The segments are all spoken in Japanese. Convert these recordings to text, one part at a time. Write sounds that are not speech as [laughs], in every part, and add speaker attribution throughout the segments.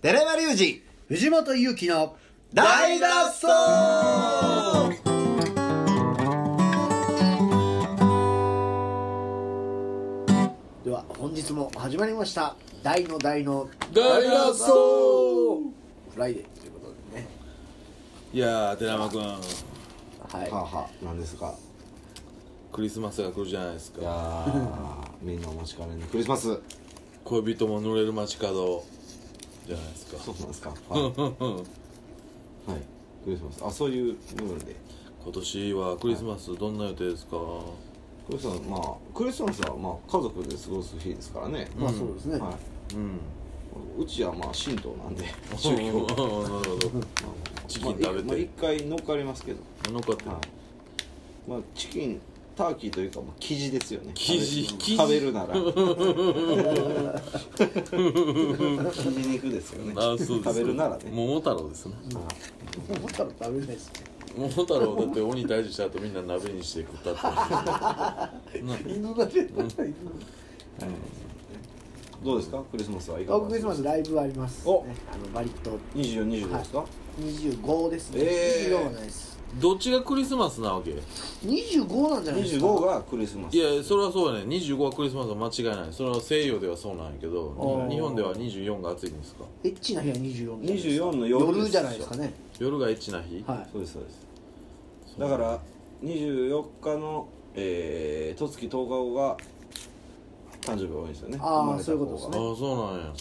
Speaker 1: 寺山隆二
Speaker 2: 藤本勇樹の
Speaker 1: 大脱走
Speaker 2: では本日も始まりました大の大の
Speaker 3: 大脱走
Speaker 2: フライデーということでね
Speaker 3: いやー寺山君
Speaker 2: はい、
Speaker 1: はあ、はあ、なんですか
Speaker 3: クリスマスが来るじゃないです
Speaker 1: いや
Speaker 3: か
Speaker 1: ーみんなお待ちかねのクリスマス
Speaker 3: 恋人も乗れる街角じゃないですか
Speaker 1: そうなんですかはい、はい、クリスマスあそういう部分で
Speaker 3: 今年はクリスマスどんな予定
Speaker 1: [laughs]
Speaker 3: ですか
Speaker 1: クリスマスまあクリスマスはまあ家族で過ごす日ですからね、
Speaker 2: まあそうですね、
Speaker 1: は
Speaker 3: うん
Speaker 1: い、うちはまあ神道なんで
Speaker 3: 宗教
Speaker 1: 宗
Speaker 3: [laughs] なる
Speaker 1: 教
Speaker 3: ほどチキン食べて
Speaker 1: まあいまあ、一回乗っかりますけど
Speaker 3: 乗っかってる
Speaker 1: はい、まあ、チキンターキーというか、まあ、生地ですよね
Speaker 3: 生地
Speaker 1: 食
Speaker 3: 生
Speaker 1: べ
Speaker 3: 地
Speaker 1: 食
Speaker 3: [laughs]
Speaker 1: べるなら生地肉ですよね
Speaker 3: あそうです
Speaker 1: 食べるならね
Speaker 3: 桃太郎ですね
Speaker 2: 思ったら食べないです
Speaker 3: 桃太郎だって鬼退治した後みんな鍋にして食ったって [laughs]
Speaker 2: ね犬が出たら犬
Speaker 1: どうですかクリスマスはいか
Speaker 2: あ
Speaker 1: が
Speaker 2: クリスマスライブあります、
Speaker 1: お
Speaker 2: ね、あのバリッと
Speaker 1: 2425ですか、
Speaker 2: 25ですね、
Speaker 1: えー
Speaker 2: 25はないです
Speaker 3: どっちがクリスマスなわけい
Speaker 2: 25なんじゃないですか
Speaker 1: 25がクリスマス
Speaker 3: やそれはそうやね25はクリスマスは間違いないそれは西洋ではそうなんやけど
Speaker 2: ー
Speaker 3: 日本では24が暑いんですか
Speaker 2: エッチな日は24じゃないですか
Speaker 1: 24の夜です
Speaker 2: 夜じゃないですかね
Speaker 3: 夜がエッチな日
Speaker 2: は
Speaker 1: そうですそうですだから24日のえー十月10日後が誕生日多いんですよね
Speaker 2: あー
Speaker 1: 生まれた
Speaker 2: そういうこと
Speaker 1: 子
Speaker 2: です
Speaker 1: が
Speaker 2: ね
Speaker 3: ああそうなんや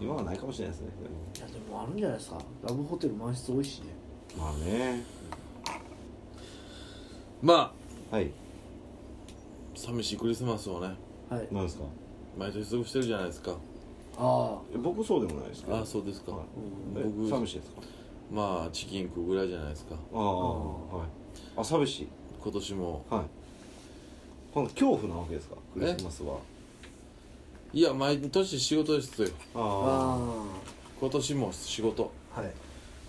Speaker 1: 今はないかもしれないですねでも
Speaker 2: いいやでもあるんじゃないですかラブホテル満室多いしね
Speaker 1: まあね
Speaker 3: まあ
Speaker 1: はい
Speaker 3: 寂しいクリスマスをね
Speaker 2: はい
Speaker 1: なんですか
Speaker 3: 毎年過ごしてるじゃないですか
Speaker 2: あ
Speaker 1: え僕そうでもないですけど
Speaker 3: あそうですか
Speaker 1: はい
Speaker 3: うん
Speaker 1: え
Speaker 3: 僕
Speaker 1: 寂しいですか
Speaker 3: まあチキン食うぐらいじゃないですか
Speaker 1: ああ、はいあ寂しい
Speaker 3: 今年も
Speaker 1: はいこの恐怖なわけですかクリスマスはい
Speaker 3: や毎年仕事ですよ
Speaker 2: あ
Speaker 1: あ
Speaker 2: あ
Speaker 3: 今年も仕事
Speaker 2: あはい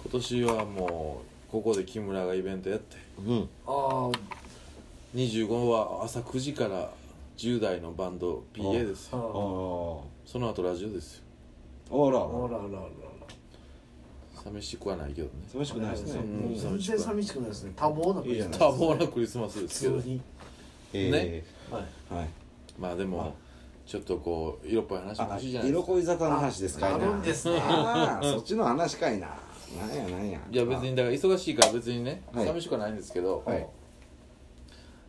Speaker 3: 今年はもうここで木村がイベントやって
Speaker 1: あうん
Speaker 2: あ
Speaker 3: 25は朝9時から10代のバンド PA です
Speaker 2: あ
Speaker 3: よ
Speaker 1: あ
Speaker 2: あ
Speaker 1: あ
Speaker 3: その後ラジオですよ
Speaker 1: あら
Speaker 2: あら
Speaker 1: あら
Speaker 2: あらあら
Speaker 3: 寂しくはないけどね
Speaker 1: 寂しくないですね、
Speaker 3: うん
Speaker 1: うん
Speaker 2: 全然寂しくないですね多忙なクリスマス
Speaker 3: 多忙なクリスマスですけ
Speaker 2: 普
Speaker 3: ど
Speaker 2: 通に
Speaker 1: え
Speaker 2: はい
Speaker 1: ーはい
Speaker 3: まあでもちょっとこう色っぽい話も
Speaker 1: あ
Speaker 3: 欲しいじゃないですか
Speaker 1: 色恋沙汰の話ですかいな
Speaker 2: あるんですね
Speaker 1: あーそっちの話かいななんやなんや
Speaker 3: いや別にだから忙しいから別にね
Speaker 1: はい
Speaker 3: 寂しくはないんですけど、
Speaker 1: はい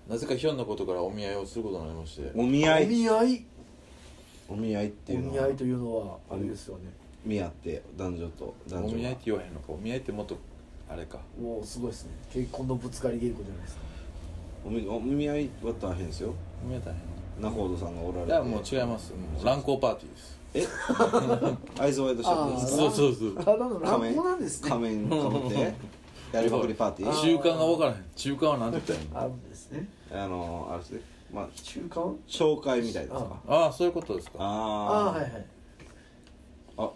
Speaker 3: なぜかひょんなことからお見合いをすることになりまして
Speaker 1: お見合
Speaker 2: お
Speaker 1: い
Speaker 2: 見合い
Speaker 1: お見合いって
Speaker 2: お
Speaker 1: いうの
Speaker 2: 見合
Speaker 1: はい
Speaker 2: というのはあれですよね
Speaker 1: 見合って男女と男
Speaker 3: お
Speaker 1: 女が
Speaker 3: 見合いって言わへんのかお見合いってもっとあれか
Speaker 2: おおすごいですね結婚のぶつかり稽古じゃないですか
Speaker 1: お見お見合いは大変ですよ
Speaker 3: お見合い大変
Speaker 1: 中ほどさんがおられ
Speaker 3: い
Speaker 1: て
Speaker 3: やもう違いますもう乱行パーティーです
Speaker 1: えアイズワイドシャットです
Speaker 3: そうそうそう
Speaker 2: ただの乱
Speaker 1: 仮面
Speaker 2: 暴なんですね
Speaker 1: 仮面かぶってやりまくりパーティー
Speaker 3: 中間が分からへん中間は何て言ったらいいの
Speaker 2: あるんですね
Speaker 1: あのあれですねまあ
Speaker 2: 中間
Speaker 1: 紹介みたいですか
Speaker 3: ああそういうことですか
Speaker 2: あ
Speaker 1: あ
Speaker 2: あ
Speaker 1: あ
Speaker 2: はいはい
Speaker 1: あ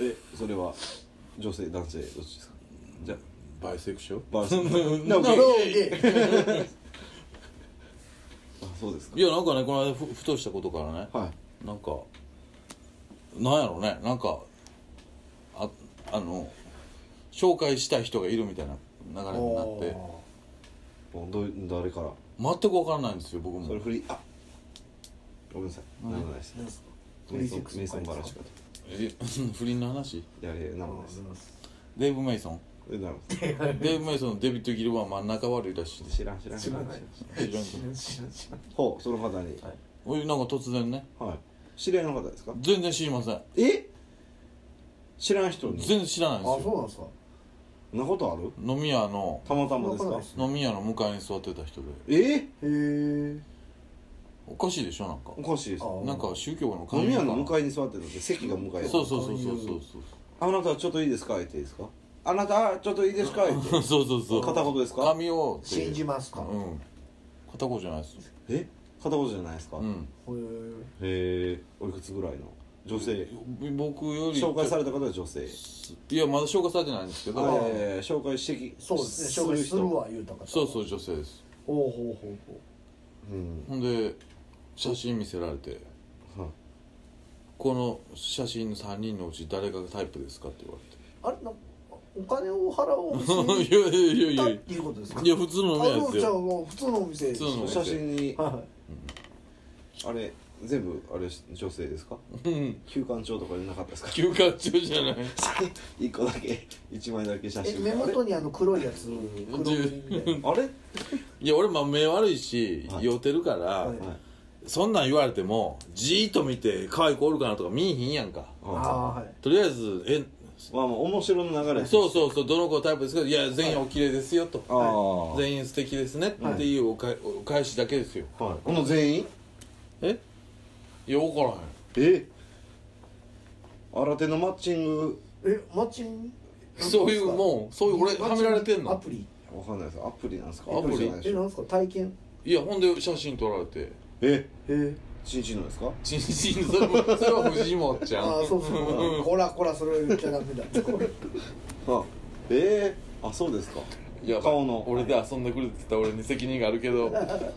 Speaker 1: えそれは女性男性どっちですかじゃあ
Speaker 3: バイセクション
Speaker 1: バース
Speaker 2: な
Speaker 1: な
Speaker 2: る
Speaker 1: お
Speaker 2: ほ
Speaker 1: け
Speaker 2: ど
Speaker 1: あ
Speaker 2: ゲイ
Speaker 1: そうですか
Speaker 3: いやなんかねこの間ふふとしたことからね
Speaker 1: はい
Speaker 3: なんかなんやろねなんかああの紹介したい人がいるみたいな流れになって
Speaker 2: お
Speaker 1: おど誰から
Speaker 3: 全く分からないんですよ僕
Speaker 1: そ
Speaker 3: も
Speaker 1: れ振りあごめんなさい何もないです
Speaker 2: ーなんすか
Speaker 1: メイソンメイソンバラシ
Speaker 2: か
Speaker 1: かと
Speaker 3: え不倫の話
Speaker 1: いやいや何もないです
Speaker 2: 知
Speaker 3: デーブ・メイソン
Speaker 1: え何もないで
Speaker 3: デーブ・メイソンのデビッド・ギルバー真ん中悪いらしいです
Speaker 1: 知らん知らん
Speaker 2: 知らない
Speaker 3: 知らん
Speaker 2: らん知らん知らん
Speaker 1: ほうその方に
Speaker 2: はい
Speaker 3: おいなんか突然ね
Speaker 1: はい知り合いの方ですか
Speaker 3: 全然知りません
Speaker 1: え知らん人に
Speaker 3: 全然知らないん
Speaker 2: あ
Speaker 3: ですよ
Speaker 2: そうなんですか
Speaker 1: そんなことある
Speaker 3: 飲み屋の
Speaker 1: たまたまで
Speaker 2: わかんないですす
Speaker 1: か
Speaker 3: 飲み屋の向かいに座ってた人で
Speaker 1: え
Speaker 2: へえ
Speaker 3: おかしいでしょなんか
Speaker 1: おかしいです
Speaker 2: あ
Speaker 3: なんか宗教の
Speaker 1: 飲み屋の向
Speaker 3: 神
Speaker 1: かいに座ってたって席が向かい
Speaker 3: そうそうそうそうそうそう
Speaker 1: あなたちょっといいですか言っていいですかあなたちょっといいですか言って
Speaker 3: そうそうそう
Speaker 1: 片言ですか
Speaker 3: 髪をっていう
Speaker 2: 信じますかへ
Speaker 3: うん片言じゃないです
Speaker 1: え片言じゃないですか、
Speaker 3: う
Speaker 1: へ
Speaker 3: ん
Speaker 2: え
Speaker 1: えおいくつぐらいの女性
Speaker 3: 僕より
Speaker 1: 紹介された方は女性
Speaker 3: いやまだ紹介されてないんですけ
Speaker 1: あ
Speaker 3: ど
Speaker 1: えー紹介してき
Speaker 2: そうですね紹介するわ言うたから
Speaker 3: そうそうう女性です
Speaker 2: おうほうほうほう
Speaker 1: うん
Speaker 3: ほんで写真見せられて
Speaker 1: はい
Speaker 3: この写真の3人のうち誰がタイプですかって言
Speaker 2: あ
Speaker 3: わ
Speaker 2: れなお金を払おうと [laughs]
Speaker 3: れて [laughs] いやいやい
Speaker 2: た
Speaker 3: や
Speaker 2: っ
Speaker 3: いや
Speaker 2: ていうことですか
Speaker 3: いや普通の
Speaker 2: あ
Speaker 3: 目
Speaker 2: の
Speaker 3: です
Speaker 2: ちゃ
Speaker 3: よ
Speaker 2: んは普通のお店
Speaker 3: 普通のお店
Speaker 1: 写真に
Speaker 2: は
Speaker 1: あれ全部あれ女性ですか
Speaker 3: うん
Speaker 1: 休館長とかじゃなかったですか
Speaker 3: 休暇中じゃない
Speaker 1: [laughs] 一個だけ一枚だけ写
Speaker 2: い、え
Speaker 1: 真
Speaker 2: 目元にあの黒いやつ黒いみたい
Speaker 1: あれはい
Speaker 3: や俺まあ目悪いし
Speaker 1: はい
Speaker 3: 酔うてるから、
Speaker 2: はい
Speaker 1: い
Speaker 3: そんなん言われてもじーっと見て可愛い子おるかなとか見えへんやんか
Speaker 2: なああーはい
Speaker 3: とりあえずえ
Speaker 1: まあまあ面白の流れです
Speaker 3: そうそうそうどの子タイプですかいや全員お綺麗ですよと
Speaker 1: ああはい
Speaker 3: 全員素敵ですねっていうおかお返しだけですよ
Speaker 1: この全員
Speaker 3: えいや分からへん
Speaker 1: え新手のマッチング
Speaker 2: えマッチング
Speaker 3: そういうもうそういう俺はめられてんの
Speaker 2: アプリ
Speaker 1: わかんないですアプリなんですか
Speaker 3: アプリ
Speaker 1: じゃないで
Speaker 2: え
Speaker 1: し
Speaker 2: な
Speaker 1: ょ
Speaker 2: んですか体験
Speaker 3: いやほんで写真撮られて
Speaker 1: え
Speaker 2: え
Speaker 1: ちんちんのですか
Speaker 3: ちんちんそれもそれは藤本ちゃん
Speaker 2: ああそうそうこらこらそれを言っちゃダメだこれ
Speaker 1: あえー、あそうですか
Speaker 3: いや
Speaker 1: 顔の
Speaker 3: 俺で遊んでくるって言った俺に責任があるけど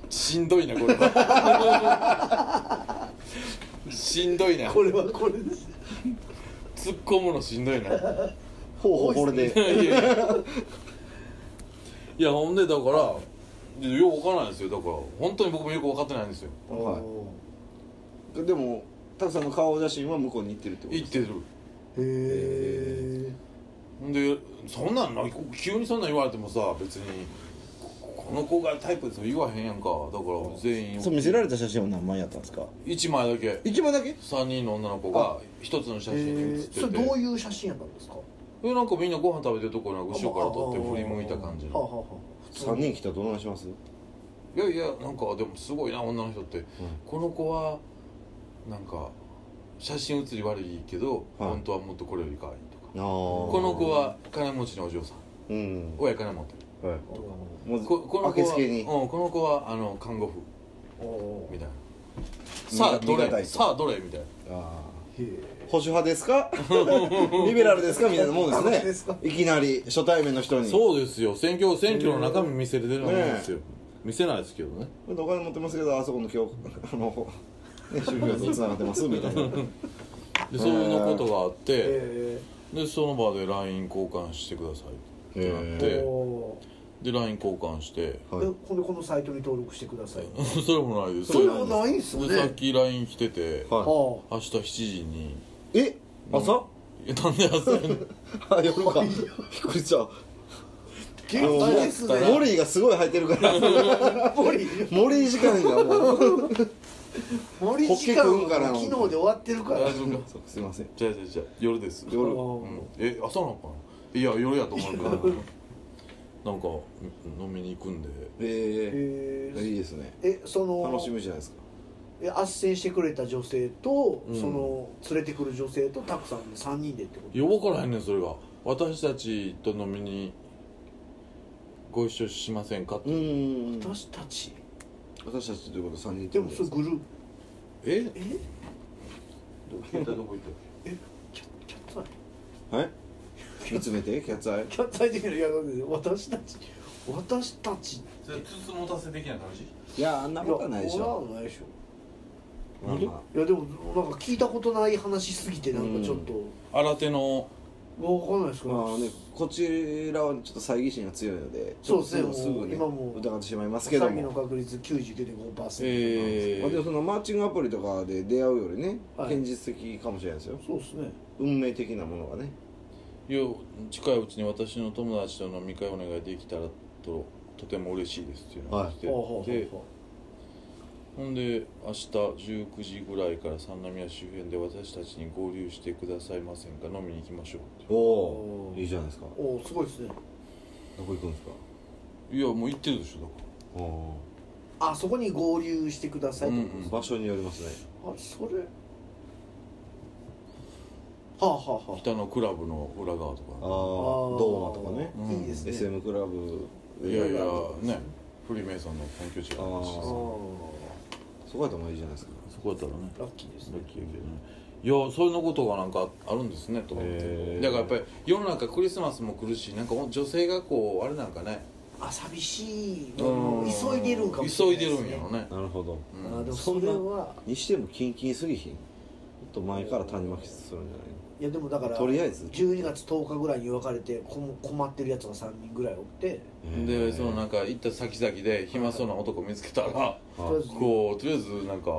Speaker 3: しんどいなこれはしんどいな
Speaker 2: これはこれです
Speaker 3: 突っ込むのしんどいない
Speaker 1: ほうほうこれで
Speaker 3: やいやいやほんでだからいやよくわからないですよだから本当に僕もよく分かってないんですよ
Speaker 1: はい
Speaker 2: お
Speaker 1: [laughs] でもたくさんの顔写真は向こうに行ってるってことで
Speaker 3: 行っ
Speaker 1: す
Speaker 3: てる
Speaker 2: ーへえ
Speaker 3: ほんでそんなんな急にそんなん言われてもさ別にこの子がタイプですよ言わへんやんかだから全員
Speaker 4: そう見せられた写真は何枚やったんですか
Speaker 3: 1枚だけ
Speaker 4: 一枚だけ
Speaker 3: 3人の女の子が1つの写真に写って
Speaker 2: それ
Speaker 3: て
Speaker 2: どういう写真やったんですか
Speaker 3: えなんかみんなご飯食べてるとこなんか後ろから撮って振り向いた感じ
Speaker 2: はあは
Speaker 3: の
Speaker 2: あはあ
Speaker 1: 3人来たらどうなりします
Speaker 3: いやいやなんかでもすごいな女の人って、この子はなんか写真写り悪いけど、
Speaker 1: はい
Speaker 3: 本当はもっとこれより可愛いとか
Speaker 1: ああ
Speaker 3: こ
Speaker 1: こ
Speaker 3: の子は金持ちのお嬢さん
Speaker 1: うん
Speaker 3: 親金持って
Speaker 1: はいも
Speaker 3: るここ
Speaker 1: う
Speaker 3: の子
Speaker 1: 明け
Speaker 3: は、
Speaker 1: つ
Speaker 3: う
Speaker 1: け
Speaker 3: ん、
Speaker 1: に
Speaker 3: この子はあの看護婦
Speaker 2: おお
Speaker 3: みたいな
Speaker 1: 苦
Speaker 3: さあど
Speaker 1: 苦手
Speaker 3: れ
Speaker 1: 意識
Speaker 3: さあどれみたいな
Speaker 1: ああ
Speaker 2: へえ
Speaker 1: 保守派で
Speaker 3: [laughs]
Speaker 1: すかリベラルですかみたいなもん
Speaker 2: あそう
Speaker 1: で
Speaker 2: ですす
Speaker 1: ね
Speaker 2: か
Speaker 1: いきなり初対面の人にう
Speaker 3: そうですよ選挙選挙の中身見せれてるんですよ、見せないですけどね
Speaker 1: お金持ってますけどあそこの教 [laughs] あのね宗教とつながってますみたいな
Speaker 3: でそういうのことがあって、
Speaker 2: へ
Speaker 3: でその場で LINE 交換してくださいってなっ
Speaker 1: へ
Speaker 2: え
Speaker 3: て
Speaker 2: おー
Speaker 3: で LINE 交換して [laughs]
Speaker 2: え
Speaker 1: はい
Speaker 2: ほんでこのサイトに登録してください
Speaker 3: それもないです
Speaker 2: それもないんすよ
Speaker 3: で
Speaker 2: ね
Speaker 3: さっき LINE 来てて、
Speaker 1: は
Speaker 2: は
Speaker 3: 明日7時に
Speaker 1: え朝
Speaker 3: 「いやなんで朝やねん
Speaker 1: あ夜かびっくりした
Speaker 2: あ元気ですね
Speaker 1: モリーがすごい入ってるから [laughs]
Speaker 2: モリ
Speaker 1: モリー時間がもう
Speaker 2: モリ時間
Speaker 1: ホッケ君か
Speaker 2: は
Speaker 1: らの
Speaker 2: 昨日で終わってるから
Speaker 3: 大丈夫か
Speaker 1: そうすいません
Speaker 3: [laughs] じゃあじゃあじゃあ夜です」
Speaker 1: 夜
Speaker 3: うんえ朝なのかないや夜やと [laughs] 思うけどなんか飲みに行くんで
Speaker 1: え
Speaker 2: へ
Speaker 1: え
Speaker 2: え
Speaker 1: いいですね
Speaker 2: えその
Speaker 1: 楽しみじゃないですか
Speaker 2: え斡旋してくれた女性と、
Speaker 3: ん
Speaker 2: その連れてくる女性とたくさんで3人でってこと
Speaker 3: よう分からへんねんそれが私たちと飲みにご一緒しませんかって、
Speaker 1: うん
Speaker 2: 私たち
Speaker 1: 私たちということ3人っ
Speaker 2: で
Speaker 1: てこ
Speaker 2: も
Speaker 1: と
Speaker 2: それグループ
Speaker 3: え
Speaker 2: え
Speaker 3: 携帯どこ行った
Speaker 2: えキャキャッツアイ
Speaker 1: はい見つめてキャッツアイ
Speaker 2: キャッツアイ的ないやだって私たち私たちい
Speaker 3: それつつもたせ的な感じ
Speaker 1: いやあんなことはないでしょ
Speaker 2: 俺はないでしょ
Speaker 1: まあまあ
Speaker 2: いやでもなんか聞いたことない話すぎてなんかちょっと、
Speaker 3: 新手の
Speaker 2: わかんないですか、
Speaker 1: まあね、こちらはちょっと猜疑心が強いので
Speaker 2: そうですね
Speaker 1: ちょっとすぐね
Speaker 2: もう今もう
Speaker 1: 疑ってしまいますけど
Speaker 2: 詐欺の
Speaker 1: も、
Speaker 2: 確率99.5%、
Speaker 3: え
Speaker 1: まあ、でも
Speaker 3: ー、
Speaker 1: そのマッチングアプリとかで出会うよりね、
Speaker 2: はい
Speaker 1: 現実的かもしれないですよ
Speaker 2: そうですね
Speaker 1: 運命的なものがね
Speaker 3: いや近いうちに私の友達と飲み会お願いできたらととても嬉しいですっていうのが来て、
Speaker 2: ほうほう
Speaker 3: で
Speaker 2: ほ
Speaker 3: ほんで明日19時ぐらいから三宮周辺で私たちに合流してくださいませんか飲みに行きましょうっ
Speaker 1: お
Speaker 2: お
Speaker 1: お
Speaker 2: ー
Speaker 1: いいじゃないですか
Speaker 2: うほうおーすごいですね
Speaker 1: どこ行くんですか
Speaker 3: ていやもう行ってるでしょだか
Speaker 1: おお
Speaker 2: あそこに合流してくださいってこと
Speaker 3: うん
Speaker 2: で
Speaker 1: ー
Speaker 2: す、
Speaker 1: 場所によりますね
Speaker 2: あそれはあはあ
Speaker 3: ら
Speaker 2: は
Speaker 3: 北のクラブの裏側と
Speaker 1: ああ
Speaker 3: か
Speaker 1: ドーマとかね、
Speaker 2: あいいですね、
Speaker 1: SM クラブ
Speaker 3: いやいや
Speaker 1: あ
Speaker 3: ねフリーメイソンの本拠地があるし
Speaker 1: あ
Speaker 2: あ
Speaker 1: ーそこやったらもういいじゃないですか
Speaker 3: そこやったらね
Speaker 2: ーラッキーです
Speaker 3: ラ
Speaker 2: ね
Speaker 3: ッキーやけどねいやそういうのことがなんかあるんですねと思って
Speaker 1: へー
Speaker 3: だからやっぱり世の中クリスマスも来るしなんか女性がこうあれなんかね
Speaker 2: あ寂しいのも急いでるんかもしれ
Speaker 3: 急
Speaker 2: ない
Speaker 3: い
Speaker 2: です、
Speaker 3: で
Speaker 2: ね、
Speaker 3: るんやろね
Speaker 1: なるほど
Speaker 2: あーでもそれは
Speaker 1: にしてもキンキンすぎひんと前から種まきするんじゃないの
Speaker 2: いやでもだから
Speaker 1: とりあえず
Speaker 2: 12月10日ぐらいに分かれてこも困ってるやつが3人ぐらいおって
Speaker 3: でそのなんか行った先々で暇そうな男見つけたら
Speaker 2: とりあえず
Speaker 3: こうとりあえずなんか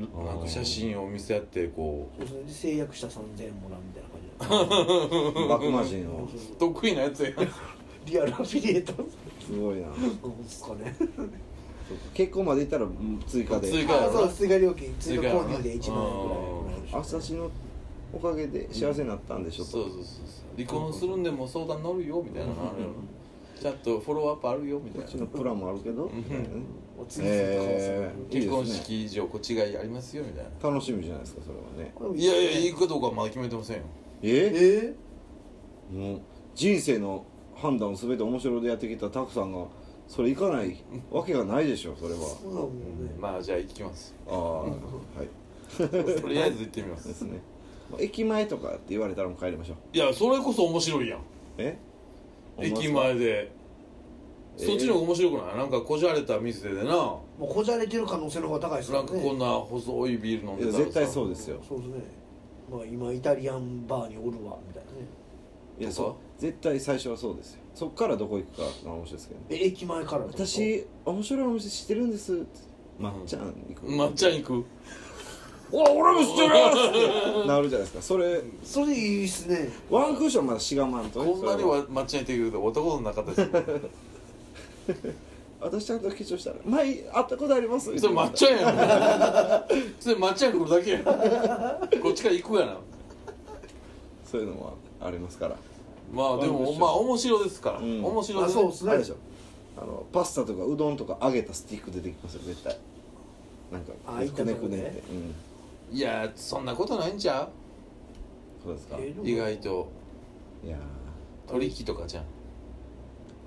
Speaker 1: ー
Speaker 3: なんか写真を見せ合ってこ
Speaker 2: そうそうで制約した3000円もらうみたいな感じだった [laughs]
Speaker 1: バクマジンを
Speaker 2: そうそう
Speaker 3: 得意なやつや
Speaker 2: リアルアフィリエイト
Speaker 1: すごいな
Speaker 2: ですか [laughs] ね
Speaker 1: 結婚までいったらうん追加で
Speaker 3: 追加
Speaker 2: あそう追加料金
Speaker 3: 追
Speaker 2: 追
Speaker 3: 加
Speaker 2: 加
Speaker 3: やろ
Speaker 2: 購入で1万円ぐらいもらえる
Speaker 1: 朝日のおかげで幸せになったんでし
Speaker 3: そ
Speaker 1: ょ
Speaker 3: うそう
Speaker 1: と
Speaker 3: そうそう離婚するんでも相談乗るよみたいなのあるやろちゃんとフォローアップあるよみたい
Speaker 1: こっ
Speaker 3: な
Speaker 1: ちのプランもあるけどみたいなね
Speaker 2: お次するとか
Speaker 1: えー
Speaker 3: 結婚
Speaker 1: いいですね
Speaker 3: 式以上こっちがやりますよみたいな
Speaker 1: 楽しみじゃないですかそれはね
Speaker 2: そう
Speaker 3: いやいや行くかどうかはまだ決めてませんよ
Speaker 1: え
Speaker 2: え
Speaker 1: もう人生の判断を全て面白でやってきたタクさんがそれ行かないわけがないでしょそれ
Speaker 2: ー、
Speaker 1: は
Speaker 2: そうだもんね
Speaker 3: まあじゃあ行きます
Speaker 1: ああはい
Speaker 3: とりあえず行ってみま
Speaker 1: ですすねまあ駅前とかって言われたらもう帰りましょう
Speaker 3: いやそれこそ面白いやん
Speaker 1: え
Speaker 3: 駅前で
Speaker 1: えー
Speaker 3: そっちの方が面白くないなんかこじゃれた店でなな
Speaker 2: もうこじゃれてる可能性の方が高いですよ
Speaker 3: ん
Speaker 2: ね
Speaker 3: かこんな細いビール飲んで
Speaker 1: いや
Speaker 3: たらさ
Speaker 1: 絶対そうですよ
Speaker 2: そうですねまあ今イタリアンバーにおるわみたいなね
Speaker 1: いや
Speaker 3: とか
Speaker 1: そう絶対最初はそうですよそっからどこ行くかの話ですけどね
Speaker 2: え駅前からですか
Speaker 1: 私面白いお店知ってるんですまっちゃん行く、
Speaker 3: まっちゃん行く
Speaker 1: ほら俺も知ってるやつなるじゃないですかそれ
Speaker 2: それいいっすね
Speaker 1: ワンクッションまだしがまんとね
Speaker 3: こんなに
Speaker 1: それ
Speaker 3: はまっちゃん行ってくると男のなかったですよ
Speaker 1: 私ちゃんと化粧したら前会ったことあります
Speaker 3: それまっちゃんやんそれまっちゃん来るだけやんこっちから行くやな
Speaker 1: そういうのもありますから
Speaker 3: まあでもまあ面白ですから、
Speaker 1: うん
Speaker 3: 面白で
Speaker 2: あ
Speaker 3: す、
Speaker 2: そうっすね
Speaker 1: あれでしょあのパスタとかうどんとか揚げたスティック出てきますよ絶対なんか
Speaker 2: あ行った
Speaker 1: く
Speaker 2: とこ
Speaker 1: ね
Speaker 2: ね
Speaker 1: くねってうん
Speaker 3: いやそんなことないんちゃ
Speaker 1: そうですか
Speaker 2: え
Speaker 1: いう
Speaker 3: う意外と
Speaker 1: や
Speaker 3: 取引とかじゃん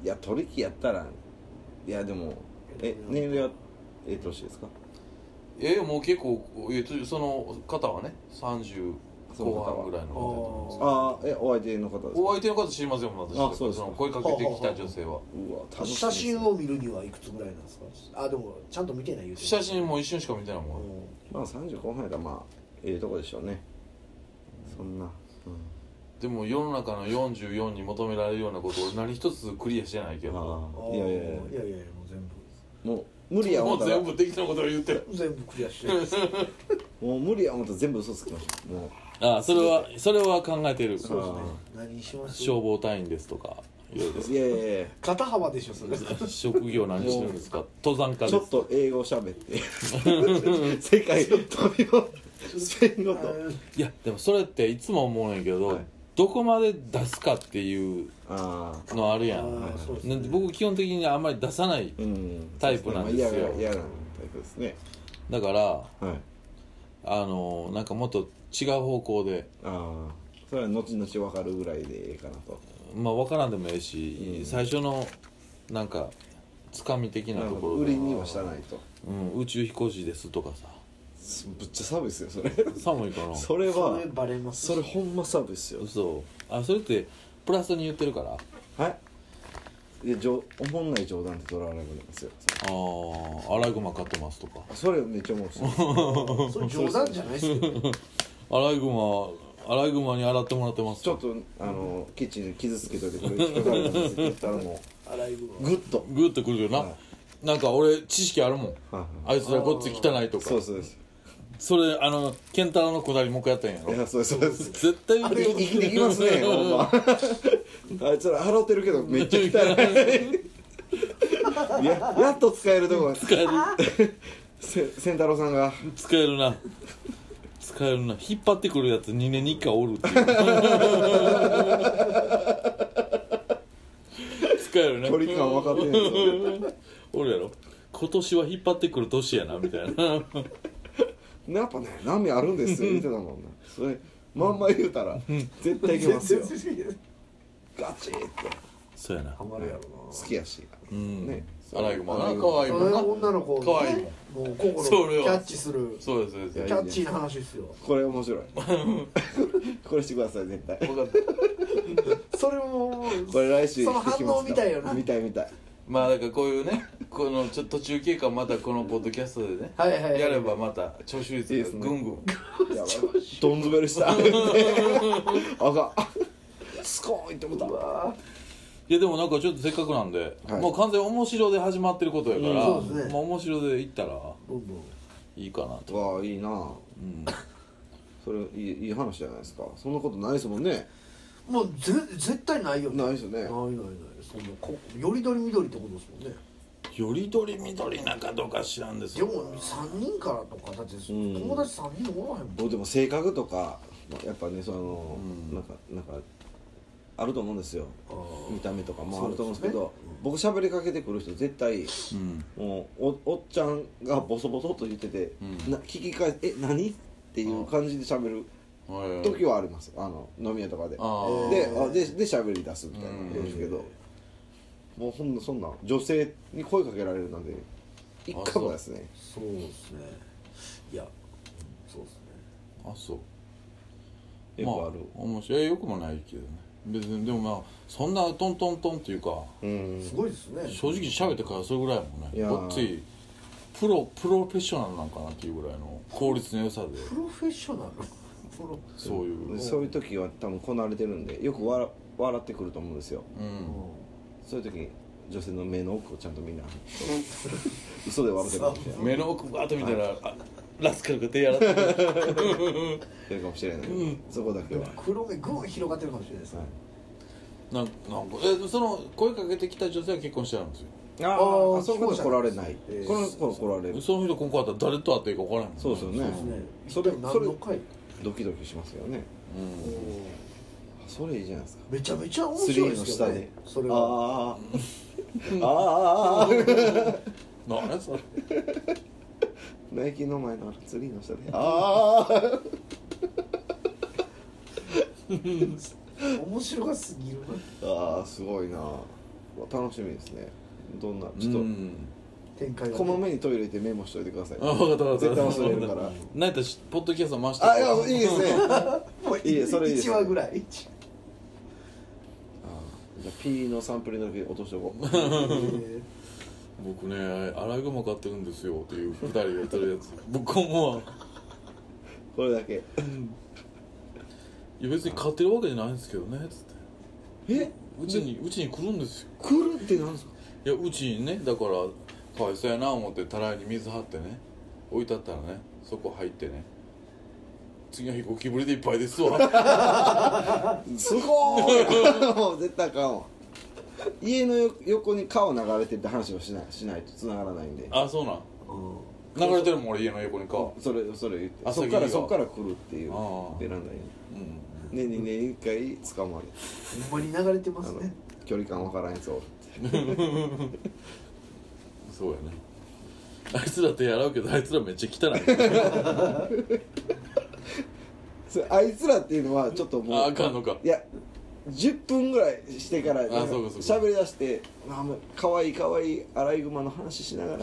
Speaker 1: ーいや取引やったらいやでもえ年齢はええ年ですか
Speaker 3: えもう結構えとその方はね30
Speaker 1: その
Speaker 3: 後
Speaker 1: 方は
Speaker 3: 半ぐらいの方だと思うんですけど
Speaker 1: ああえお相手の方ですか
Speaker 3: お相手の方知りませんもん私
Speaker 1: あそうですか
Speaker 3: の声かけてきた女性は
Speaker 1: うわ楽しみです
Speaker 2: 写真を見るにはいくつぐらいなんですかあでもちゃんと見てない言うて
Speaker 3: 写真も一瞬しか見てないもん
Speaker 2: うん
Speaker 1: まあ30後半やったらまあええとこでしょうねそんな、うん、
Speaker 3: でも世の中の44に求められるようなこと俺何一つクリアしてないけど
Speaker 1: あ
Speaker 2: あ
Speaker 1: あ
Speaker 2: ー
Speaker 1: いやいやいや
Speaker 2: いやいやいやもう全部
Speaker 1: もう無理や
Speaker 3: も
Speaker 1: 思
Speaker 3: う
Speaker 1: ったら
Speaker 3: 全
Speaker 1: も
Speaker 3: 部できたことを言ってる
Speaker 2: 全部クリアしてる
Speaker 1: う無理や思ったら全部嘘つきましたもう
Speaker 3: ああそれはそれは考えてる
Speaker 1: そうですね
Speaker 2: 何にします
Speaker 3: 消防隊員ですとかいろい
Speaker 1: いやいやいや
Speaker 2: 肩幅でしょそれ
Speaker 3: ろ職業何してるんですか登山家
Speaker 1: ちょ
Speaker 3: で
Speaker 1: っ
Speaker 3: す
Speaker 1: と英語喋って [laughs] 世界飛びをスペイン語と
Speaker 3: いやでもそれっていつも思うねんけど、
Speaker 1: はい
Speaker 3: どこまで出すかっていう
Speaker 1: ああ
Speaker 3: のある
Speaker 2: あ
Speaker 3: やん
Speaker 2: ーそうです
Speaker 3: な
Speaker 2: ね
Speaker 3: んで僕基本的にあんまり出さない
Speaker 1: うん
Speaker 3: タイプなんですよ
Speaker 1: まあ嫌な嫌なタイプですね
Speaker 3: だから
Speaker 1: はい
Speaker 3: あのなんかもっと違う方向で
Speaker 1: ああそれは後々分かるぐらいでええかなと
Speaker 3: まあ分からんでもええし、
Speaker 1: うん
Speaker 3: 最初のなんかつかみ的な
Speaker 1: な
Speaker 3: と
Speaker 1: る
Speaker 3: こ
Speaker 1: ほど
Speaker 3: ろで
Speaker 1: 売りにはしたないと
Speaker 3: うん、宇宙飛行士ですとかさ
Speaker 1: すぶっちゃサービスよそれ
Speaker 3: 寒いかな
Speaker 1: それは
Speaker 2: それバレます
Speaker 1: それほんまサービスよ
Speaker 3: 嘘あそれってプラスに言ってるからあ
Speaker 1: はいいやじょおもんない冗談で取られるんですよ
Speaker 3: あアライグマ飼ってますとか
Speaker 1: それめっちゃ面
Speaker 3: [laughs]
Speaker 1: 白い
Speaker 2: それ冗談じゃないですけど
Speaker 3: アライグマアライグマに洗ってもらってます
Speaker 1: ちょっとあのキッチンに傷つけといてこれ引っかかるんですって言ったらも
Speaker 2: アライグ
Speaker 1: うグッと
Speaker 3: グッとくるよな、
Speaker 1: は
Speaker 3: なんか俺知識あるもん
Speaker 1: はい
Speaker 3: あいつらこっち汚いとか
Speaker 1: そうそうです
Speaker 3: それあのケンタロウのくだりもう一回やったんや
Speaker 1: い
Speaker 3: ろ
Speaker 1: やそうですそうです
Speaker 3: 絶対
Speaker 1: 生きてきます
Speaker 3: [laughs]
Speaker 1: ねほんま [laughs] あいつら払ってるけどめっちゃ汚いいややっと使えるとこが
Speaker 3: 使える
Speaker 1: せ千太郎さんが
Speaker 3: 使えるな使えるな引っ張ってくるやつ2年に1回おるって
Speaker 1: [laughs]
Speaker 3: いう使えるね
Speaker 1: 距離感分かってんねんぞ
Speaker 3: おるやろ今年は引っ張ってくる年やなみたい
Speaker 1: [laughs]
Speaker 3: な
Speaker 1: やっぱね波あるんですよ言ってたもんなそれまんま言うたら絶対 [laughs] いけますよ
Speaker 2: マ
Speaker 1: ガチって
Speaker 3: そうやな
Speaker 2: ハマるやろ
Speaker 1: 好きやし
Speaker 3: うん、
Speaker 1: ね
Speaker 3: アライグマな
Speaker 1: アライグマ
Speaker 3: 可愛い
Speaker 2: な
Speaker 3: もん
Speaker 2: それ女
Speaker 3: な
Speaker 2: の子
Speaker 3: 可愛いもん
Speaker 2: もう心を
Speaker 3: それは
Speaker 2: キャッチする
Speaker 3: そうですそうです
Speaker 1: いや
Speaker 2: キャッチーな話ですよ
Speaker 1: これ面白いこれしてください絶対
Speaker 3: 分かった
Speaker 2: それも
Speaker 1: [laughs] これ来週
Speaker 2: その
Speaker 1: してきます
Speaker 2: 反応みたいよな
Speaker 1: みたいみたい
Speaker 3: まあだからこういうねこのちょっと途中経過またこのポッドキャストでね
Speaker 2: はいはいはい
Speaker 3: やればまた聴取
Speaker 1: いいで
Speaker 3: 率
Speaker 1: す
Speaker 3: がぐ
Speaker 1: ね
Speaker 3: んぐん
Speaker 1: やばいどん詰めるしたあかんスコーンって思った
Speaker 3: いやでもなんかちょっとせっかくなんで、
Speaker 1: はい
Speaker 3: もう完全に面白で始まってることやから、
Speaker 2: うんそうですね
Speaker 3: もう面白でいったら
Speaker 2: ボンボン
Speaker 3: いいかなと、
Speaker 1: わあいいなあ
Speaker 3: うん、
Speaker 1: それいいいい話じゃないですかそんなことないですもんね
Speaker 2: もうぜ絶対ないよね
Speaker 1: ないですよね
Speaker 2: ないないないそんなこよりどりみどりってことですもんね
Speaker 3: よりどりみどりなんかどうか知らんです
Speaker 2: で
Speaker 3: よ
Speaker 2: も3人からとかだって
Speaker 1: ん
Speaker 2: 友達3人おらへんもん
Speaker 1: 僕でも性格とかやっぱねその、なんかなんかあると思うんですよ
Speaker 2: あー
Speaker 1: 見た目とかも
Speaker 2: そ
Speaker 1: あ
Speaker 2: う
Speaker 1: る
Speaker 2: ですね
Speaker 1: と思うんですけど僕喋りかけてくる人絶対
Speaker 3: うん
Speaker 1: もうおおっちゃんがボソボソと言ってて、
Speaker 3: うん
Speaker 1: な聞き返え何っていう感じで喋る
Speaker 3: はい
Speaker 1: 時はありますあの飲み屋とかで
Speaker 3: あー
Speaker 1: であでで喋り出すみたいな
Speaker 3: うん
Speaker 1: んですけど、もうほんのそんな女性に声かけられるなんて一回もないですね
Speaker 2: そうですねいやうんそうですね
Speaker 3: あそう
Speaker 1: よくある、
Speaker 3: まあ、面白いいやよくもないけどね別にでもまあそんなトントントンっていうか
Speaker 1: うん
Speaker 2: すごいですね
Speaker 3: 正直喋ってからそれぐらいやもんね
Speaker 1: いやー
Speaker 3: こっちプロプロフェッショナルなんかなっていうぐらいの効率の良さで
Speaker 2: プロフェッショナルプロ
Speaker 3: そういう
Speaker 1: でそういう時は多分こなれてるんでよく笑笑ってくると思うんですよ
Speaker 3: うん
Speaker 1: そういう時に女性の目の奥をちゃんとみんな嘘で笑ってるかもしれない
Speaker 3: 目の奥バーッと見たら、あラスカルが手やらってる
Speaker 1: やるかもしれないけど、そこだけは、はい、
Speaker 2: 黒目ぐん広がってるかもしれないですね
Speaker 3: なんなんかえその声かけてきた女性は結婚してあるんですよ
Speaker 1: ああ
Speaker 2: ー
Speaker 1: そういうこと来られない、
Speaker 2: えー
Speaker 1: この頃来られる
Speaker 3: その人今後会ったら誰と会っていいか分からへんもんね
Speaker 1: そうですよね
Speaker 2: ですね
Speaker 1: それ
Speaker 2: 一体
Speaker 1: そ
Speaker 2: 何
Speaker 1: れ
Speaker 2: の回
Speaker 1: ドキドキしますよね
Speaker 3: うん
Speaker 1: あそれいいじゃないですか
Speaker 2: めちゃめちゃ面
Speaker 1: スリ
Speaker 2: 白い
Speaker 1: ー
Speaker 2: で
Speaker 1: の
Speaker 2: すよ
Speaker 1: 下
Speaker 2: ね
Speaker 1: で
Speaker 2: それは
Speaker 1: あ
Speaker 2: [laughs]
Speaker 1: ーあーあーあ
Speaker 3: 何やそれ
Speaker 1: あナイキの前のスリーの下でああ
Speaker 2: 面白がすぎるな
Speaker 1: ああすごいな楽しみですねどんなち
Speaker 3: ちょ
Speaker 1: ょ
Speaker 3: っ
Speaker 1: っ
Speaker 3: と
Speaker 1: と、
Speaker 2: 展開が
Speaker 1: こまめにトイレでメモしといてください
Speaker 3: あ分かった分か
Speaker 1: 絶
Speaker 3: った
Speaker 1: 対忘れ
Speaker 3: [laughs]
Speaker 1: るから
Speaker 3: 何やったらしポッドキャスト回して
Speaker 1: あいやいいですね
Speaker 3: [laughs]
Speaker 2: もうい
Speaker 1: いいえそれいいです
Speaker 2: 1話ぐらい一
Speaker 1: じゃあ P のサンプルの時落としておこう
Speaker 2: え
Speaker 3: 僕ねアライグマ飼ってるんですよっていう二人がやってるやつ僕はも
Speaker 1: これだけ
Speaker 3: ういや別に飼ってるわけじゃないんですけどねつって
Speaker 1: え
Speaker 3: うちにうちに来るんですよ
Speaker 1: 来るってなんですか
Speaker 3: いやうちにねだからかわいそうやな思ってたらいに水張ってね置いてあったらねそこ入ってね次の日ゴキブリでいっぱいですわ
Speaker 1: すごーい [laughs] もう絶対あかんわ家のよ横に川流れてるって話をしないしないと繋がらないんで
Speaker 3: あそうなん
Speaker 2: う
Speaker 3: 流れてるもん俺家の横に川
Speaker 1: それそれ言って
Speaker 3: 朝
Speaker 1: そっ
Speaker 3: 霧
Speaker 1: か
Speaker 3: が
Speaker 1: らそっから来るっていう
Speaker 3: あー
Speaker 1: ベランダに
Speaker 3: うん
Speaker 1: ねにね一回捕まる
Speaker 2: んほんまに流れてま
Speaker 1: あ
Speaker 2: す
Speaker 1: の
Speaker 2: ね
Speaker 1: 距離感わからんやつを
Speaker 3: そうやねあいつら手洗うけどあいつらめっちゃ [laughs] 汚い
Speaker 1: それあいつらっていうのはちょっとも
Speaker 3: あ
Speaker 1: う
Speaker 3: あかんのか
Speaker 1: いや10分ぐらいしてからなんか
Speaker 3: そうかそうか
Speaker 1: 喋りだして「あもう可愛い可愛いアライグマの話しながら、
Speaker 3: ん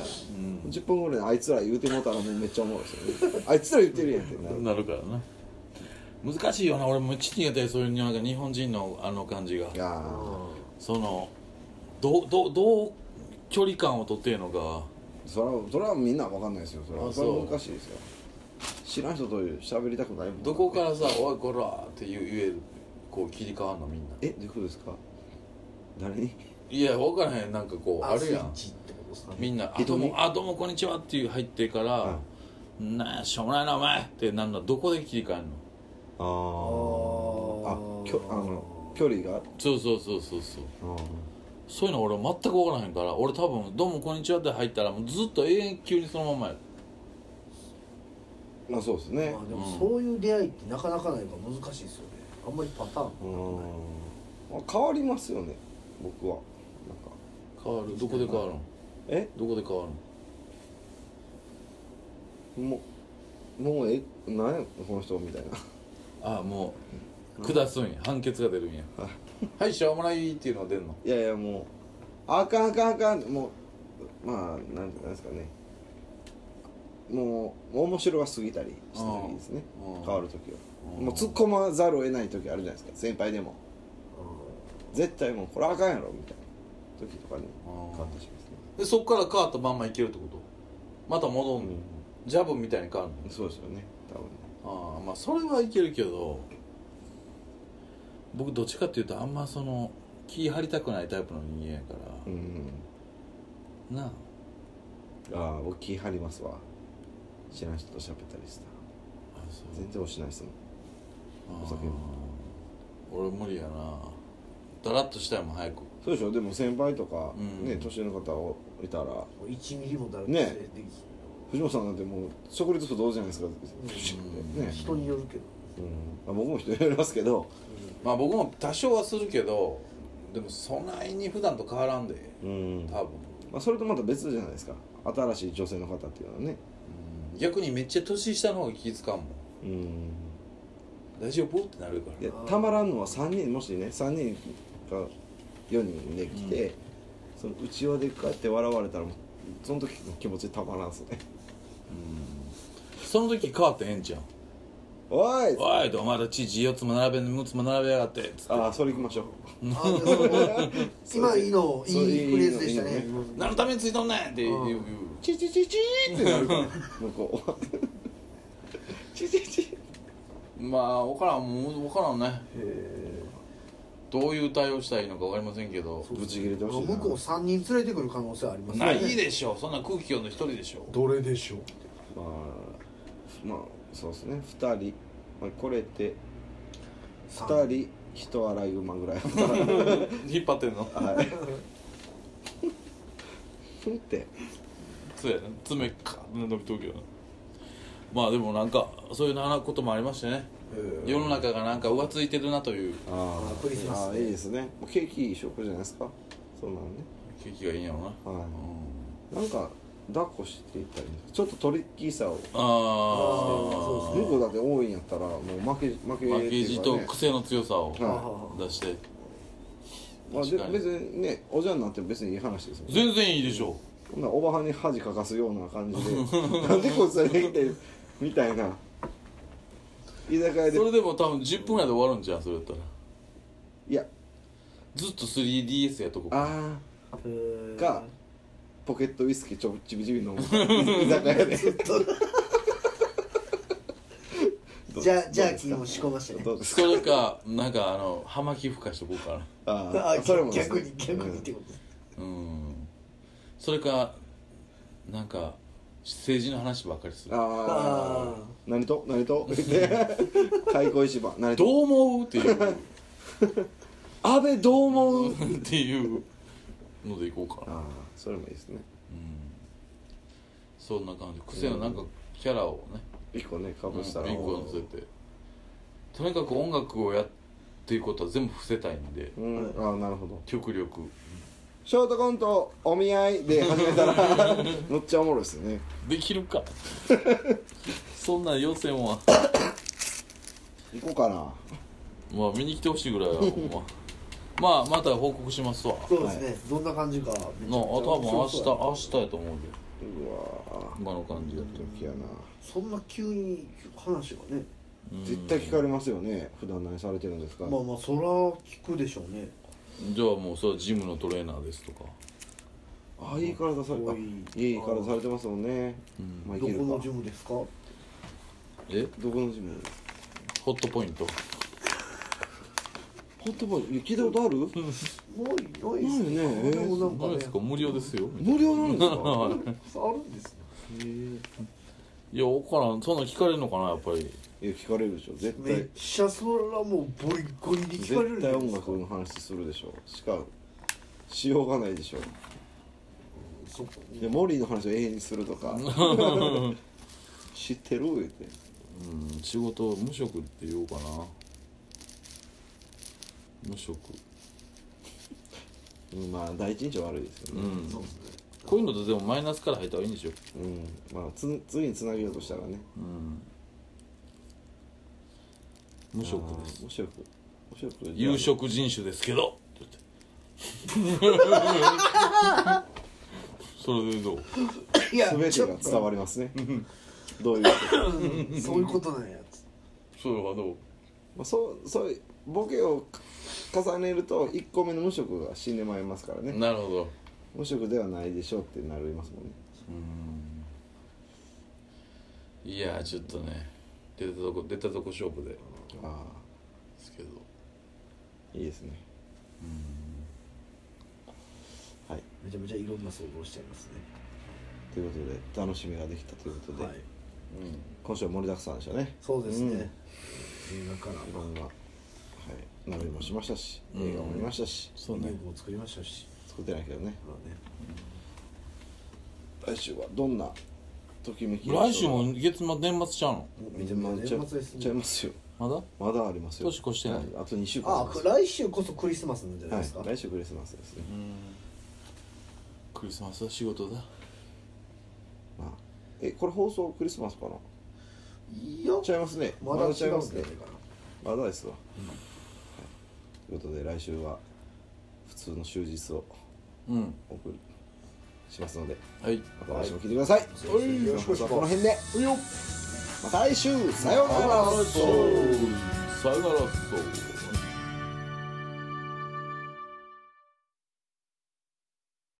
Speaker 1: 10分ぐらいであいつら言うてもうたらもうめっちゃおもろいですよね [laughs] あいつら言ってるやんってなる
Speaker 3: なるからな難しいよな俺も父がそういうなんか日本人のあの感じが
Speaker 1: いやー
Speaker 3: そのどうどうどう距離感をとってんのか
Speaker 1: それはそれはみんなわかんないですよそれ
Speaker 3: あ
Speaker 1: はそ
Speaker 3: そう
Speaker 1: れは難しいですよ知らん人と喋りたくないもん
Speaker 3: どこからさ「おいこら」って言う言えるこう切り替わんのみんな
Speaker 1: えどういうことですか誰に
Speaker 3: いや分からへんなんかこうあるや
Speaker 2: スイッ
Speaker 3: ん
Speaker 2: チってことですかね
Speaker 3: みんな「あ
Speaker 1: え
Speaker 3: どう
Speaker 1: どう
Speaker 3: もあどうもこんにちは」っていう入ってから
Speaker 1: は
Speaker 3: 「なんやしょうもないなお前」ってなんのどこで切り替えんの
Speaker 1: あーあきょあの距離が
Speaker 3: そうそうそうそうそうそういうの俺全く分からへんから俺多分「どうもこんにちは」って入ったらもうずっと永遠急にそのままや
Speaker 1: まあそうですね
Speaker 2: まあでもそういう出会いってなかなかないから難しいですよねあんまりパターン
Speaker 1: うん、まあ、変わりますよね僕はなんか
Speaker 3: 変わるどこで変わるの
Speaker 1: え
Speaker 3: どこで変わる
Speaker 1: もうもうえなんやこの人みたいな
Speaker 3: のああもう下すんや判決が出るんや [laughs] はいしょうもないっていうのが出るの
Speaker 1: いやいやもうあかんあかんあかんもうまあなんてなんですかねもう面白が過ぎたりした時ですね
Speaker 3: あー
Speaker 1: 変わる時は
Speaker 3: うん
Speaker 1: もう突っ込まざるを得ない時あるじゃないですか先輩でも絶対もうこれあかんやろみたいな時とかに
Speaker 3: あー
Speaker 1: 変わってしまいますね
Speaker 3: でそっから変わったまんまいけるってことまた戻んの、
Speaker 1: うん
Speaker 3: ジャブみたいに変わる
Speaker 1: そうですよね多分
Speaker 3: のああまあそれはいけるけど僕どっちかっていうとあんまその気張りたくないタイプの人間やから、
Speaker 1: うん
Speaker 3: なあ
Speaker 1: ああ僕気張りますわ知らん人と喋ったりしたら
Speaker 3: あそう
Speaker 1: 全然押しないですもんお酒
Speaker 3: あー俺無理やなだらっとしたいもん早く
Speaker 1: そうでしょでも先輩とか、
Speaker 3: うん
Speaker 1: ね年上の方をいたら
Speaker 2: もう1ミリもだら
Speaker 1: ね
Speaker 2: でき
Speaker 1: 藤本さんなんてもう食リと同時じゃないですか、
Speaker 3: ん
Speaker 1: ね
Speaker 2: ない、人によるけど、
Speaker 1: うん、あ僕も人やりますけど
Speaker 3: まあ僕も多少はするけどでもそないに普段と変わらんで
Speaker 1: うん
Speaker 3: 多分、
Speaker 1: まあ、それとまた別じゃないですか新しい女性の方っていうのはね
Speaker 3: うん逆にめっちゃ年下の方が気使うもん
Speaker 1: うん
Speaker 3: 大丈夫ってなるか
Speaker 1: いや
Speaker 3: ら
Speaker 1: たまらんのは3人もしね3人か4人で来て、そのうちわでこうやって笑われたらもうその時の気持ちたまらんっすね [laughs]
Speaker 3: その時変わってええんちゃん
Speaker 1: おい
Speaker 3: おいとお前ら父4つも並べ6つも並べやがってつって
Speaker 1: ああそれ行きましょう
Speaker 2: あーでもそ
Speaker 1: [laughs]
Speaker 2: れ今いいのい
Speaker 1: そう
Speaker 2: いフレーズでしたね
Speaker 1: いい
Speaker 3: 何のためについとんねんって言う言う
Speaker 1: チチチチーってなる [laughs] から、ね、向こうチチチ
Speaker 3: まあ分からんもう分からんね
Speaker 2: へ
Speaker 3: どういう対応したらいいのか分かりませんけど
Speaker 1: ぶち切れて
Speaker 2: ー
Speaker 1: ほしいな
Speaker 2: 向こう3人連れてくる可能性はあります
Speaker 3: ないでしょそんな空気読んで一人でしょ
Speaker 2: どれでしょう
Speaker 1: まあまあそうですね2人、まあ、これって2人一洗い馬ぐらいあ [laughs] ったら
Speaker 3: 引っ張ってんの
Speaker 1: はいふんって
Speaker 3: そうやな爪か伸びとるけどなまあでもなんかそういうようなこともありましてね世の中がなんか浮ついてるなという
Speaker 1: あ
Speaker 2: クリスマス
Speaker 1: あーいいですねもうケーキ食じゃないですかそうなのね
Speaker 3: 景気がいいんやろうな、
Speaker 1: はい
Speaker 3: うん
Speaker 1: なんか抱っこしていったりちょっとトリッキーさを
Speaker 3: あ
Speaker 1: 向こうだって多いんやったらもう負け負け
Speaker 3: あ
Speaker 1: っ
Speaker 3: 負
Speaker 1: て
Speaker 3: け
Speaker 1: い
Speaker 3: じ
Speaker 1: う
Speaker 3: と
Speaker 1: かね
Speaker 3: 癖の強さを
Speaker 1: は
Speaker 3: 出して
Speaker 1: まあ、で
Speaker 3: 確かに
Speaker 1: 別にねおじゃんなんて別にいい話ですよね
Speaker 3: 全然いいでしょ
Speaker 1: こんなおばはんに恥かかすような感じで [laughs] なんでこいつらできてるみたいな居酒屋
Speaker 3: う
Speaker 1: で
Speaker 3: それでも多分10分ぐらいで終わるんじゃんそれやったら
Speaker 1: いや
Speaker 3: ずっと 3DS やっとこうか
Speaker 1: あ
Speaker 2: へー
Speaker 1: ーかポケットウイスキーちょびちびちび飲む居酒屋で
Speaker 2: じゃあジャーキーも仕込ましてね
Speaker 1: どうです
Speaker 3: それかなんかあの葉巻ふかしとこうかな
Speaker 1: あ
Speaker 2: あ
Speaker 1: ーそれもです
Speaker 2: 逆
Speaker 1: ね
Speaker 2: に逆にってこと
Speaker 3: うんそれかなんか政治の話ばっかりする
Speaker 1: あ
Speaker 2: あ
Speaker 1: ー何と何とで開口一番何と
Speaker 3: どう思うっていう
Speaker 1: 安倍どう思う
Speaker 3: っていうのでいこうかな、
Speaker 1: ああそれもいいですね
Speaker 3: うん、そんな感じ癖のなんかキャラをね
Speaker 1: 一個ねかぶしたら
Speaker 3: ピンクを乗せてとにかく音楽をやっていうことは全部伏せたいんで
Speaker 1: うんああなるほど
Speaker 3: 極力
Speaker 1: ショートコントお見合いで始めたらむっちゃおもろいですよね
Speaker 3: できる
Speaker 2: [laughs]
Speaker 3: かそんな要請は
Speaker 1: 行こうかな
Speaker 3: まあ見に来てほしいぐら
Speaker 2: [laughs]
Speaker 3: いはほんままあまた報告しますわ
Speaker 2: そうですねどんな感じかめちゃめちゃ
Speaker 3: なあ多分明
Speaker 2: そう
Speaker 3: 日
Speaker 2: そう
Speaker 3: 明日やと思うけど
Speaker 1: うわ
Speaker 3: 今の感じだと
Speaker 1: ー時やな
Speaker 2: そんな急に話がね
Speaker 1: 絶対聞かれますよね普段何されてるんですか
Speaker 2: まあまあそら聞くでしょうね
Speaker 3: じゃあもうそれはジムのトレーナーですとか
Speaker 1: ああいい体され
Speaker 2: 多
Speaker 1: あ
Speaker 2: い
Speaker 1: いい体されてますもんね
Speaker 3: ん
Speaker 1: まあい
Speaker 2: ど
Speaker 1: け
Speaker 2: こ
Speaker 1: るか
Speaker 2: のジムですか
Speaker 3: え
Speaker 1: どこのジム
Speaker 3: ホットポイント
Speaker 1: ホットボーイいや聞いたことある
Speaker 2: ないないです
Speaker 1: ないね
Speaker 2: でもなんか
Speaker 3: 何
Speaker 2: ね
Speaker 3: ですか無料ですよ
Speaker 1: [laughs] 無料なんですか
Speaker 3: はい
Speaker 2: あるんですね
Speaker 3: いや分からんそんなん聞かれるのかなやっぱ
Speaker 2: [laughs]
Speaker 3: り
Speaker 1: [laughs] いや聞かれるでしょ絶
Speaker 2: めっ
Speaker 1: 対
Speaker 2: ちゃそらもうボリゴリに聞かれる
Speaker 1: 絶対音楽の話するでしょしかしようがないでしょ
Speaker 2: そこ
Speaker 1: いやモリーの話を永遠にするとか知ってる言うて
Speaker 3: うん仕事無職って言おうかな無職
Speaker 1: うんまあ第一印象悪いですよ
Speaker 3: う
Speaker 1: ね、
Speaker 3: ん
Speaker 2: そうですね
Speaker 3: こういうのとでもマイナスから入った方がいいんでしょ
Speaker 1: うんまあつ次につなげようとしたらね
Speaker 3: うん無職です
Speaker 1: あー無職無職じゃあ
Speaker 3: 有色人種ですけどって言って [laughs] それでどう
Speaker 2: いや
Speaker 1: 全
Speaker 2: ち
Speaker 1: て
Speaker 2: ょ
Speaker 1: が
Speaker 2: っ
Speaker 1: 伝わりますねどういうことか
Speaker 2: とそういうことなんやつ
Speaker 3: それはどう
Speaker 1: まあそうそういうボケを重ねると1個目の無職が死んでまいりますからね
Speaker 3: なるほど
Speaker 1: 無職ではないでしょうってなりますもんね
Speaker 3: うんいやーちょっとね出たとこ出たとこ勝負でで
Speaker 1: あ
Speaker 3: すけど
Speaker 1: あいいですねはい
Speaker 2: めちゃめちゃいろんな想像しちゃいますね
Speaker 1: ということで楽しみができたということで、
Speaker 2: はい
Speaker 3: うん
Speaker 1: 今週は盛りだくさんでしたね
Speaker 2: そうです
Speaker 1: ん
Speaker 2: ね、映画から
Speaker 1: いろんな、はい、鍋もしましたし映画も見ましたし、
Speaker 3: そうね
Speaker 2: 遊具を作りましたし
Speaker 1: 作ってないけどね
Speaker 2: まあね
Speaker 1: 来週はどんなときめき
Speaker 3: 来週も月末年末ちゃうの
Speaker 2: もうめちゃめちゃ
Speaker 1: 年
Speaker 2: 年末
Speaker 1: 末
Speaker 2: です
Speaker 1: ちゃい
Speaker 2: ね
Speaker 1: ますよ
Speaker 3: まだ
Speaker 1: まだありますよ
Speaker 3: 年越してない
Speaker 1: はいあと2週間
Speaker 2: あ
Speaker 1: ります
Speaker 2: 来週こそクリスマスなんじゃないですか、
Speaker 1: はい、来週クリスマスですね、
Speaker 3: クリスマスは仕事だ
Speaker 1: まあ、えこれ放送クリスマスかない
Speaker 2: や
Speaker 1: ちゃいますね
Speaker 2: まだ
Speaker 1: ちゃ
Speaker 2: 違
Speaker 1: い
Speaker 2: うん
Speaker 1: ま
Speaker 2: じ
Speaker 1: す
Speaker 2: ゃない
Speaker 1: ね
Speaker 2: かな
Speaker 1: まだですわ、はい、ということで来週は普通の終日を
Speaker 3: うん
Speaker 1: お送りしますので
Speaker 3: はい
Speaker 1: また来週も聞いてください、
Speaker 2: はいよろしくお願いします
Speaker 1: 今日の放送はこの辺でまた来週さようなら
Speaker 3: さよならそう